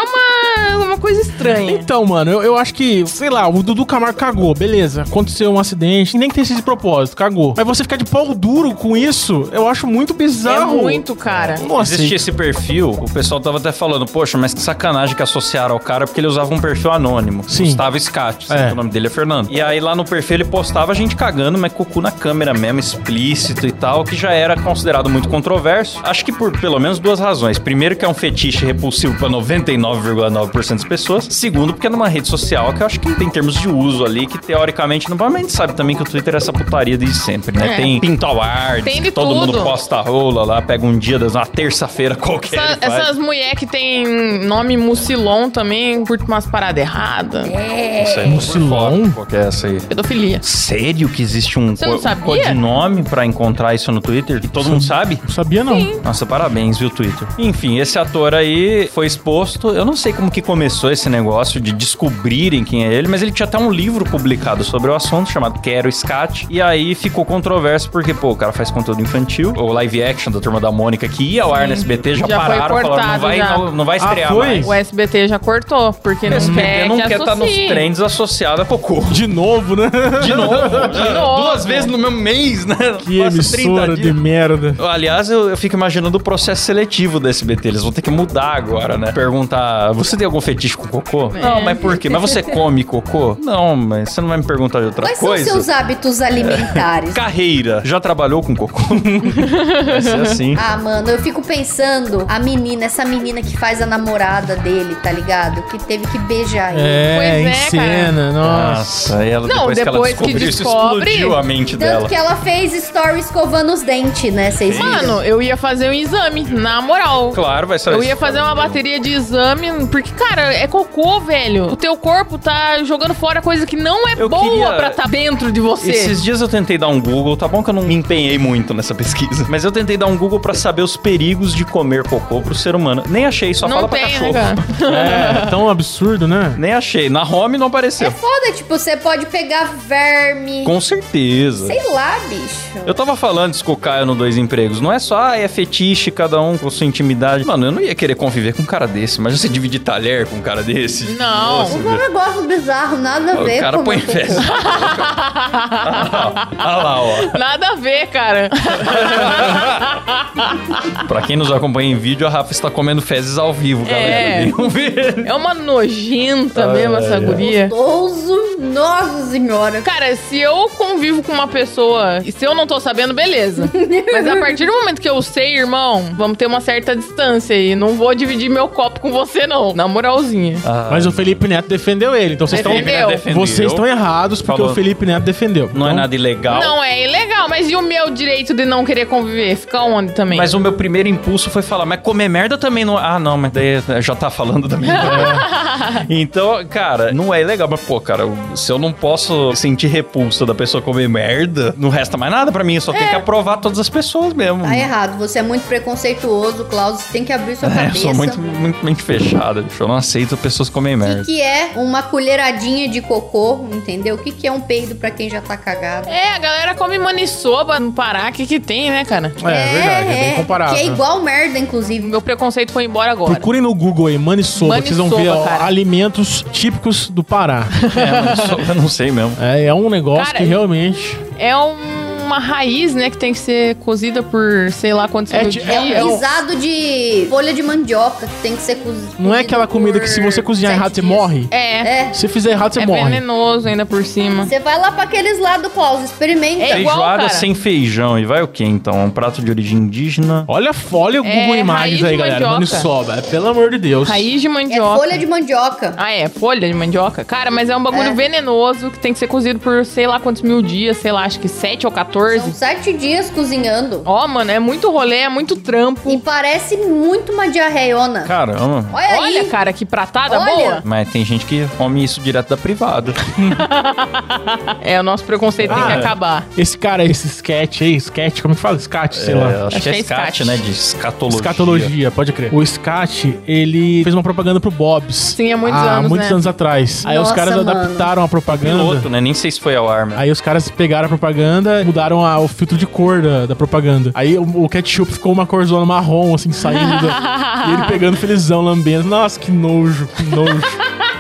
Speaker 2: uma, uma coisa estranha.
Speaker 3: Então, mano, eu, eu acho que, sei lá, o Dudu Camargo cagou, beleza. Aconteceu um acidente, nem que tenha sido de propósito, cagou. Mas você ficar de pau duro com isso, eu acho muito bizarro.
Speaker 2: É muito, cara.
Speaker 3: Nossa,
Speaker 1: Existia esse perfil, o pessoal tava até falando, poxa, mas que sacanagem que associaram ao cara, porque ele usava um perfil anônimo.
Speaker 3: Sim.
Speaker 1: Gustavo Scatti, sabe
Speaker 3: É.
Speaker 1: que o nome dele é Fernando. E aí lá no perfil ele postava a gente cagando, mas com o cu na câmera mesmo, explícito e tal, que já era considerado muito controverso. Acho que por pelo menos duas razões. Primeiro, que é um fetiche repulsivo pra 99,9% das pessoas. Segundo, porque é numa rede social que eu acho que tem termos de uso ali, que teoricamente, não, mas a gente sabe também que o Twitter é essa putaria de sempre, né?
Speaker 2: É.
Speaker 1: Tem pinto ao ar,
Speaker 2: Tem de
Speaker 1: todo mundo
Speaker 2: tudo.
Speaker 1: posta posta rola lá, pega um dia, das- uma terça-feira qualquer.
Speaker 2: Essa-
Speaker 1: e faz.
Speaker 2: essas mulheres que tem nome Mucilon também curtem umas paradas erradas.
Speaker 1: Isso aí, por
Speaker 3: Mucilon?
Speaker 1: favor, Qual que é essa aí?
Speaker 2: Pedofilia.
Speaker 1: Sério que existe um,
Speaker 2: Você não
Speaker 1: co-
Speaker 2: sabia?
Speaker 1: codinome pra encontrar isso no Twitter? E todo mundo sabe?
Speaker 3: Não sabia, não.
Speaker 1: Nossa, parabéns, viu, Twitter? Enfim, esse ator aí foi exposto. Eu não sei como que começou esse negócio de descobrirem quem é ele, mas ele tinha até um livro publicado sobre o assunto chamado Quero Scat. E aí ficou controverso porque, pô, o cara faz conteúdo infantil. O live action da Turma da Mônica que ia ao ar no SBT já,
Speaker 2: Já foi
Speaker 1: pararam, falaram, não
Speaker 2: cortado,
Speaker 1: vai,
Speaker 2: já."
Speaker 1: não, não vai
Speaker 3: Ah,
Speaker 1: estrear
Speaker 3: foi?
Speaker 1: mais.
Speaker 2: O SBT já cortou, porque não quer
Speaker 1: SBT não
Speaker 2: É, que
Speaker 1: quer estar nos
Speaker 2: associe.
Speaker 1: trends associado a Cocô.
Speaker 3: De novo, né?
Speaker 1: De novo.
Speaker 2: novo.
Speaker 1: Duas vezes no mesmo mês, né?
Speaker 3: Que
Speaker 1: Passa 30
Speaker 3: emissora de
Speaker 1: dias.
Speaker 3: merda.
Speaker 1: Aliás, eu, eu fico imaginando o processo seletivo da SBT. Eles vão ter que mudar agora, né? Perguntar: você tem algum fetiche com cocô?
Speaker 2: É.
Speaker 1: Não, mas por quê? Mas você come cocô? Não, mas você não vai me perguntar de outra
Speaker 5: Quais
Speaker 1: coisa?
Speaker 5: são seus hábitos alimentares?
Speaker 1: Carreira. Já trabalhou com cocô? vai ser assim.
Speaker 5: Ah, mano, eu fico pensando, a menina, essa menina que faz a namorada dele, tá ligado? Que teve que beijar ele.
Speaker 3: É,
Speaker 2: Pois
Speaker 3: em
Speaker 2: é,
Speaker 3: cena, nossa.
Speaker 1: Nossa, e ela,
Speaker 2: Ah. Não,
Speaker 1: depois,
Speaker 2: depois que
Speaker 1: que ela descobriu, isso
Speaker 2: descobre-
Speaker 1: explodiu a mente
Speaker 5: Tanto
Speaker 1: dela.
Speaker 5: que ela fez story escovando os dentes, né? Vocês viram?
Speaker 2: Mano, eu ia fazer um exame, na moral.
Speaker 1: Claro, vai ser
Speaker 2: Eu ia fazer uma bateria de exame, porque, cara, é cocô, velho. O teu corpo tá jogando fora coisa que não é
Speaker 1: Eu
Speaker 2: boa
Speaker 1: queria-
Speaker 2: pra tá dentro de você.
Speaker 1: Esses dias eu tentei dar um Google, tá bom que eu não me empenhei muito nessa pesquisa, mas eu tentei dar um Google pra saber os perigos de comer cocô pro ser humano. Nem achei, só
Speaker 2: Não
Speaker 1: fala
Speaker 2: tem,
Speaker 1: pra cachorro.
Speaker 2: né,
Speaker 3: É, tão absurdo, né?
Speaker 1: Nem achei, na home não
Speaker 5: É
Speaker 1: apareceu.
Speaker 5: foda, tipo, você pode pegar verme.
Speaker 1: Com certeza.
Speaker 5: Sei lá, bicho.
Speaker 1: Eu tava falando isso com o Caio no Dois Empregos. Não é só, ah, é fetiche, cada um com sua intimidade. Mano, eu não ia querer conviver com um cara desse. Imagina você dividir talher com um cara desse.
Speaker 2: Não.
Speaker 1: Nossa,
Speaker 5: Um negócio bizarro, nada a
Speaker 1: o
Speaker 5: ver
Speaker 1: cara
Speaker 5: com
Speaker 1: põe
Speaker 5: meu
Speaker 1: festa.
Speaker 5: cocô.
Speaker 1: Olha lá, ó.
Speaker 2: Nada a ver, cara.
Speaker 1: Pra quem nos acompanha em vídeo, a Rafa está comendo fezes ao vivo, galera. um
Speaker 2: É.
Speaker 1: Viram?
Speaker 2: É uma nojenta mesmo essa guria.
Speaker 5: Gostoso, Nossa senhora.
Speaker 2: Cara, se eu convivo com uma pessoa e se eu não tô sabendo, beleza. Mas a partir do momento que eu sei, irmão, vamos ter uma certa distância aí. Não vou dividir meu copo com você, não. Na moralzinha.
Speaker 1: Ah,
Speaker 3: Mas o Felipe Neto defendeu ele, então vocês estão.
Speaker 2: Defendeu.
Speaker 3: Vocês estão errados porque
Speaker 1: Falou.
Speaker 3: o Felipe Neto defendeu.
Speaker 1: Não é
Speaker 3: Então,
Speaker 1: nada ilegal.
Speaker 2: Não é ilegal, mas e o meu direito de não querer conviver? Fica onde também?
Speaker 1: Mas o meu primeiro impulso foi falar, mas comer merda também não. Ah, não, mas daí já tá falando da minha. Então, cara, não é ilegal, mas pô, cara, se eu não posso sentir repulsa da pessoa comer merda, não resta mais nada pra mim, eu só tenho que aprovar todas as pessoas mesmo.
Speaker 5: Tá errado, você é muito preconceituoso, Klaus. Você tem que abrir sua
Speaker 1: É, eu
Speaker 5: cabeça.
Speaker 1: sou muito, muito mente fechada, bicho. Eu não aceito pessoas comerem
Speaker 5: O que,
Speaker 1: merda.
Speaker 5: que é uma colheradinha de cocô, entendeu? O que, que é um peido pra quem já tá cagado?
Speaker 2: É, a galera come maniçoba no Pará, o que que tem, né, cara?
Speaker 3: É, verdade, é bem comparado.
Speaker 5: Que é
Speaker 3: né?
Speaker 5: igual merda, inclusive.
Speaker 2: Meu preconceito foi embora agora.
Speaker 3: Procurem no Google aí, maniçoba,
Speaker 2: Maniçoba,
Speaker 3: vocês vão ver ó,
Speaker 2: cara.
Speaker 3: alimentos típicos do Pará.
Speaker 1: É, mas eu sou- eu não sei mesmo.
Speaker 3: é, é um negócio
Speaker 2: Cara,
Speaker 3: que
Speaker 2: e-
Speaker 3: realmente.
Speaker 2: É um- uma raiz, né, que tem que ser cozida por sei lá quantos
Speaker 3: É
Speaker 2: mil
Speaker 3: de-
Speaker 2: dias.
Speaker 5: É um
Speaker 3: o-
Speaker 5: guisado de folha de mandioca que tem que ser cozido.
Speaker 3: Não é aquela comida que se você cozinhar errado, você morre?
Speaker 2: É,
Speaker 5: É.
Speaker 3: Se fizer errado, você
Speaker 2: é
Speaker 3: morre.
Speaker 2: venenoso ainda por cima.
Speaker 5: Você vai lá pra aqueles lados, Klaus, experimenta.
Speaker 2: É igual,
Speaker 1: Feijoada
Speaker 2: cara.
Speaker 1: sem feijão. E vai o quê, então? Um prato de origem indígena.
Speaker 3: Olha, olha o
Speaker 2: É,
Speaker 3: Google Imagens
Speaker 2: raiz de
Speaker 3: aí, galera.
Speaker 2: mandioca.
Speaker 3: Maniçoba. Pelo amor de Deus.
Speaker 2: Raiz de
Speaker 5: É
Speaker 2: mandioca.
Speaker 5: folha de mandioca.
Speaker 2: Ah, é, folha de mandioca. Cara, mas é um bagulho
Speaker 5: É.
Speaker 2: venenoso que tem que ser cozido por sei lá quantos mil dias, sei lá, acho que 7 ou 14.
Speaker 5: São sete dias cozinhando.
Speaker 2: Ó, mano, é muito rolê, é muito trampo.
Speaker 5: E parece muito uma diarreiona.
Speaker 1: Caramba.
Speaker 5: Olha,
Speaker 2: Olha,
Speaker 5: aí.
Speaker 2: cara, que pratada
Speaker 5: É Olha.
Speaker 2: boa.
Speaker 1: Mas tem gente que come isso direto da privada.
Speaker 2: É, o nosso preconceito tem
Speaker 3: Ah,
Speaker 2: que acabar.
Speaker 3: Esse cara, esse sketch aí, sketch, como é que fala? Scat, sei lá.
Speaker 1: É, acho, que é
Speaker 2: que é
Speaker 1: escate,
Speaker 2: escate.
Speaker 1: né? De escatologia.
Speaker 3: Escatologia, pode crer. O Scat, ele fez uma propaganda pro Bob's.
Speaker 2: Sim, há muitos anos,
Speaker 3: muitos
Speaker 2: né?
Speaker 3: anos atrás. Aí os
Speaker 5: Nossa,
Speaker 3: caras
Speaker 5: mano.
Speaker 3: adaptaram a propaganda.
Speaker 1: Piloto, né? Nem sei se foi ao ar, mas...
Speaker 3: Aí os caras pegaram a propaganda, mudaram a- o filtro de cor da, da propaganda. Aí o, o ketchup ficou uma corzona marrom, assim, saindo. da- e ele pegando felizão, lambendo. Nossa, que nojo, que nojo.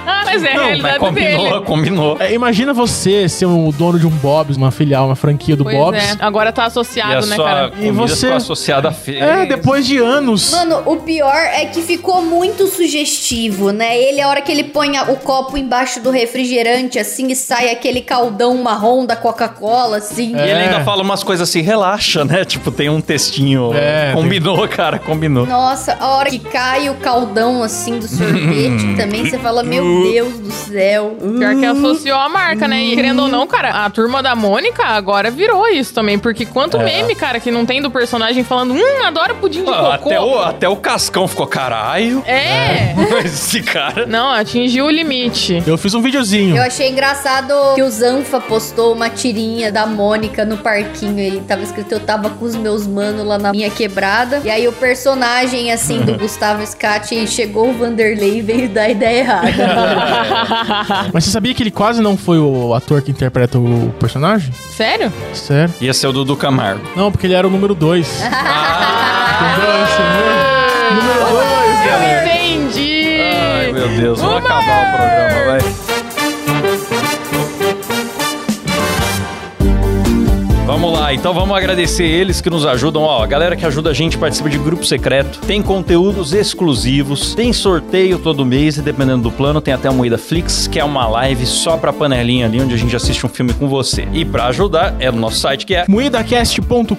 Speaker 2: Ah, mas é a
Speaker 1: Não, mas
Speaker 2: realidade
Speaker 1: combinou,
Speaker 2: dele.
Speaker 1: combinou.
Speaker 3: É, imagina você ser o dono de um Bob's, uma filial, uma franquia do
Speaker 2: Pois
Speaker 3: Bob's.
Speaker 2: é, agora tá
Speaker 1: E a
Speaker 2: associado, né,
Speaker 1: sua
Speaker 2: cara?
Speaker 1: comida
Speaker 3: E você-
Speaker 1: ficou associada a feio.
Speaker 3: É, depois de anos.
Speaker 5: Mano, o pior é que ficou muito sugestivo, né? Ele, a hora que ele põe a- o copo embaixo do refrigerante, assim, e sai aquele caldão marrom da Coca-Cola, assim.
Speaker 1: E ele
Speaker 3: É.
Speaker 1: ainda fala umas coisas assim, relaxa, né? Tipo, tem um textinho.
Speaker 3: É,
Speaker 1: combinou, cara, combinou.
Speaker 5: Nossa, a hora que cai o caldão, assim, do sorvete também, você fala, meu Deus do céu.
Speaker 2: Pior que associou a marca, né? E querendo ou não, cara, a turma da Mônica agora virou isso também. Porque
Speaker 1: É.
Speaker 2: quanto meme, cara, que não tem do personagem falando, hum, adoro pudim de
Speaker 1: Pô,
Speaker 2: cocô.
Speaker 1: Ah, até, o, até o Cascão ficou, caralho.
Speaker 2: É.
Speaker 1: Mas esse cara...
Speaker 2: Não, atingiu o limite.
Speaker 3: Eu fiz um videozinho.
Speaker 5: Eu achei engraçado que o Zanfa postou uma tirinha da Mônica no parquinho. Ele tava escrito: Eu tava com os meus manos lá na minha quebrada. E aí o personagem, assim, do Gustavo Scatti chegou o Vanderlei e veio dar ideia errada.
Speaker 3: Mas você sabia que ele quase não foi o ator que interpreta o personagem?
Speaker 2: Sério?
Speaker 3: Sério?
Speaker 1: Ia ser o Dudu Camargo.
Speaker 3: Não, porque ele era o número 2.
Speaker 2: Ah,
Speaker 3: é número 2, galera.
Speaker 2: Eu entendi.
Speaker 1: Ai, meu Deus, vamos
Speaker 2: Boomer!
Speaker 1: acabar o programa, vai. Vamos lá, então vamos agradecer eles que nos ajudam. Ó, a galera que ajuda a gente participa de grupo secreto, tem conteúdos exclusivos, tem sorteio todo mês e dependendo do plano tem até a Moída Flix, que é uma live só pra panelinha ali, onde a gente assiste um filme com você. E pra ajudar, é no nosso site que é
Speaker 3: Moedacast.com.br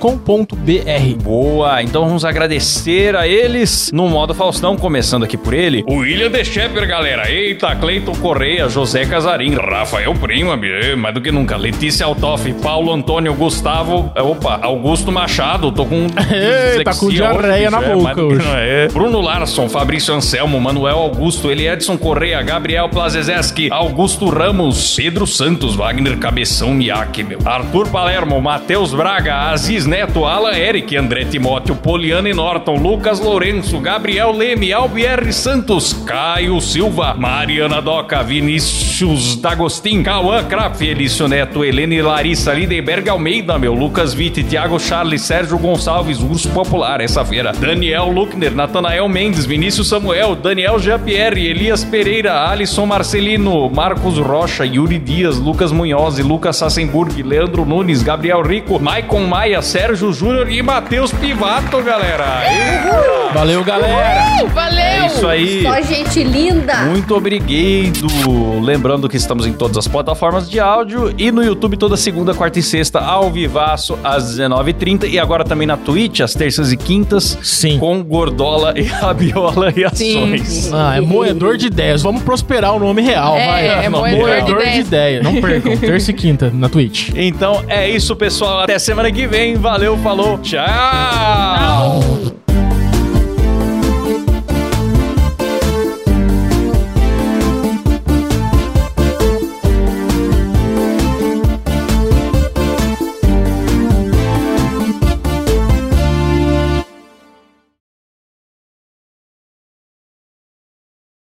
Speaker 1: Boa, então vamos agradecer a eles no modo Faustão, começando aqui por ele. O William De Shepper, galera. Eita, Cleiton Correia, José Casarim, Rafael Prima, eh, mais do que nunca. Letícia Altoff, Paulo Antônio Gustavo, eh, opa, Augusto Machado, tô com.
Speaker 3: Ei, tá com
Speaker 1: dislexia
Speaker 3: diarreia na
Speaker 1: bicho, é,
Speaker 3: boca
Speaker 1: mais do que
Speaker 3: hoje.
Speaker 1: não é. Bruno Larson, Fabrício Anselmo, Manuel Augusto, Eli Edson Correia, Gabriel Plazezeski, Augusto Ramos, Pedro Santos, Wagner Cabeção Miak, meu. Arthur Palermo, Matheus Braga, Aziz Neto, Alan Eric, André Timóteo, Poliana e Norton, Lucas Lourenço, Gabriel Leme, Albieri Santos, Caio Silva, Mariana Doca, Vinícius D'Agostin, Cauã Kraft, Elício Neto, Helene Larissa Lindenberg Almeida, Miranda, meu, Lucas Vitti, Thiago Charles, Sérgio Gonçalves, Urso Popular, essa feira, Daniel Luckner, Natanael Mendes, Vinícius Samuel, Daniel Jean-Pierre, Elias Pereira, Alisson Marcelino, Marcos Rocha, Yuri Dias, Lucas Munhoz, e Lucas Sassenburg, Leandro Nunes, Gabriel Rico, Maicon Maia, Sérgio Júnior e Matheus Pivato, galera. Eita!
Speaker 3: Valeu, galera.
Speaker 2: Uh, valeu!
Speaker 1: É isso aí.
Speaker 5: Só gente linda.
Speaker 1: Muito obrigado. Lembrando que estamos em todas as plataformas de áudio e no YouTube toda segunda, quarta e sexta, ao vivaço, às 19h30. E agora também na Twitch, às terças e quintas,
Speaker 3: Sim.
Speaker 1: com Gordola e Rabiola e
Speaker 2: Sim.
Speaker 1: Ações.
Speaker 3: Ah, é moedor de ideias. Vamos prosperar o nome real,
Speaker 2: É,
Speaker 3: vai.
Speaker 2: é
Speaker 3: Não,
Speaker 2: moedor de
Speaker 3: de
Speaker 2: ideias.
Speaker 3: ideias. Não percam. Terça e quinta na Twitch.
Speaker 1: Então é isso, pessoal. Até semana que vem. Valeu, falou. Tchau.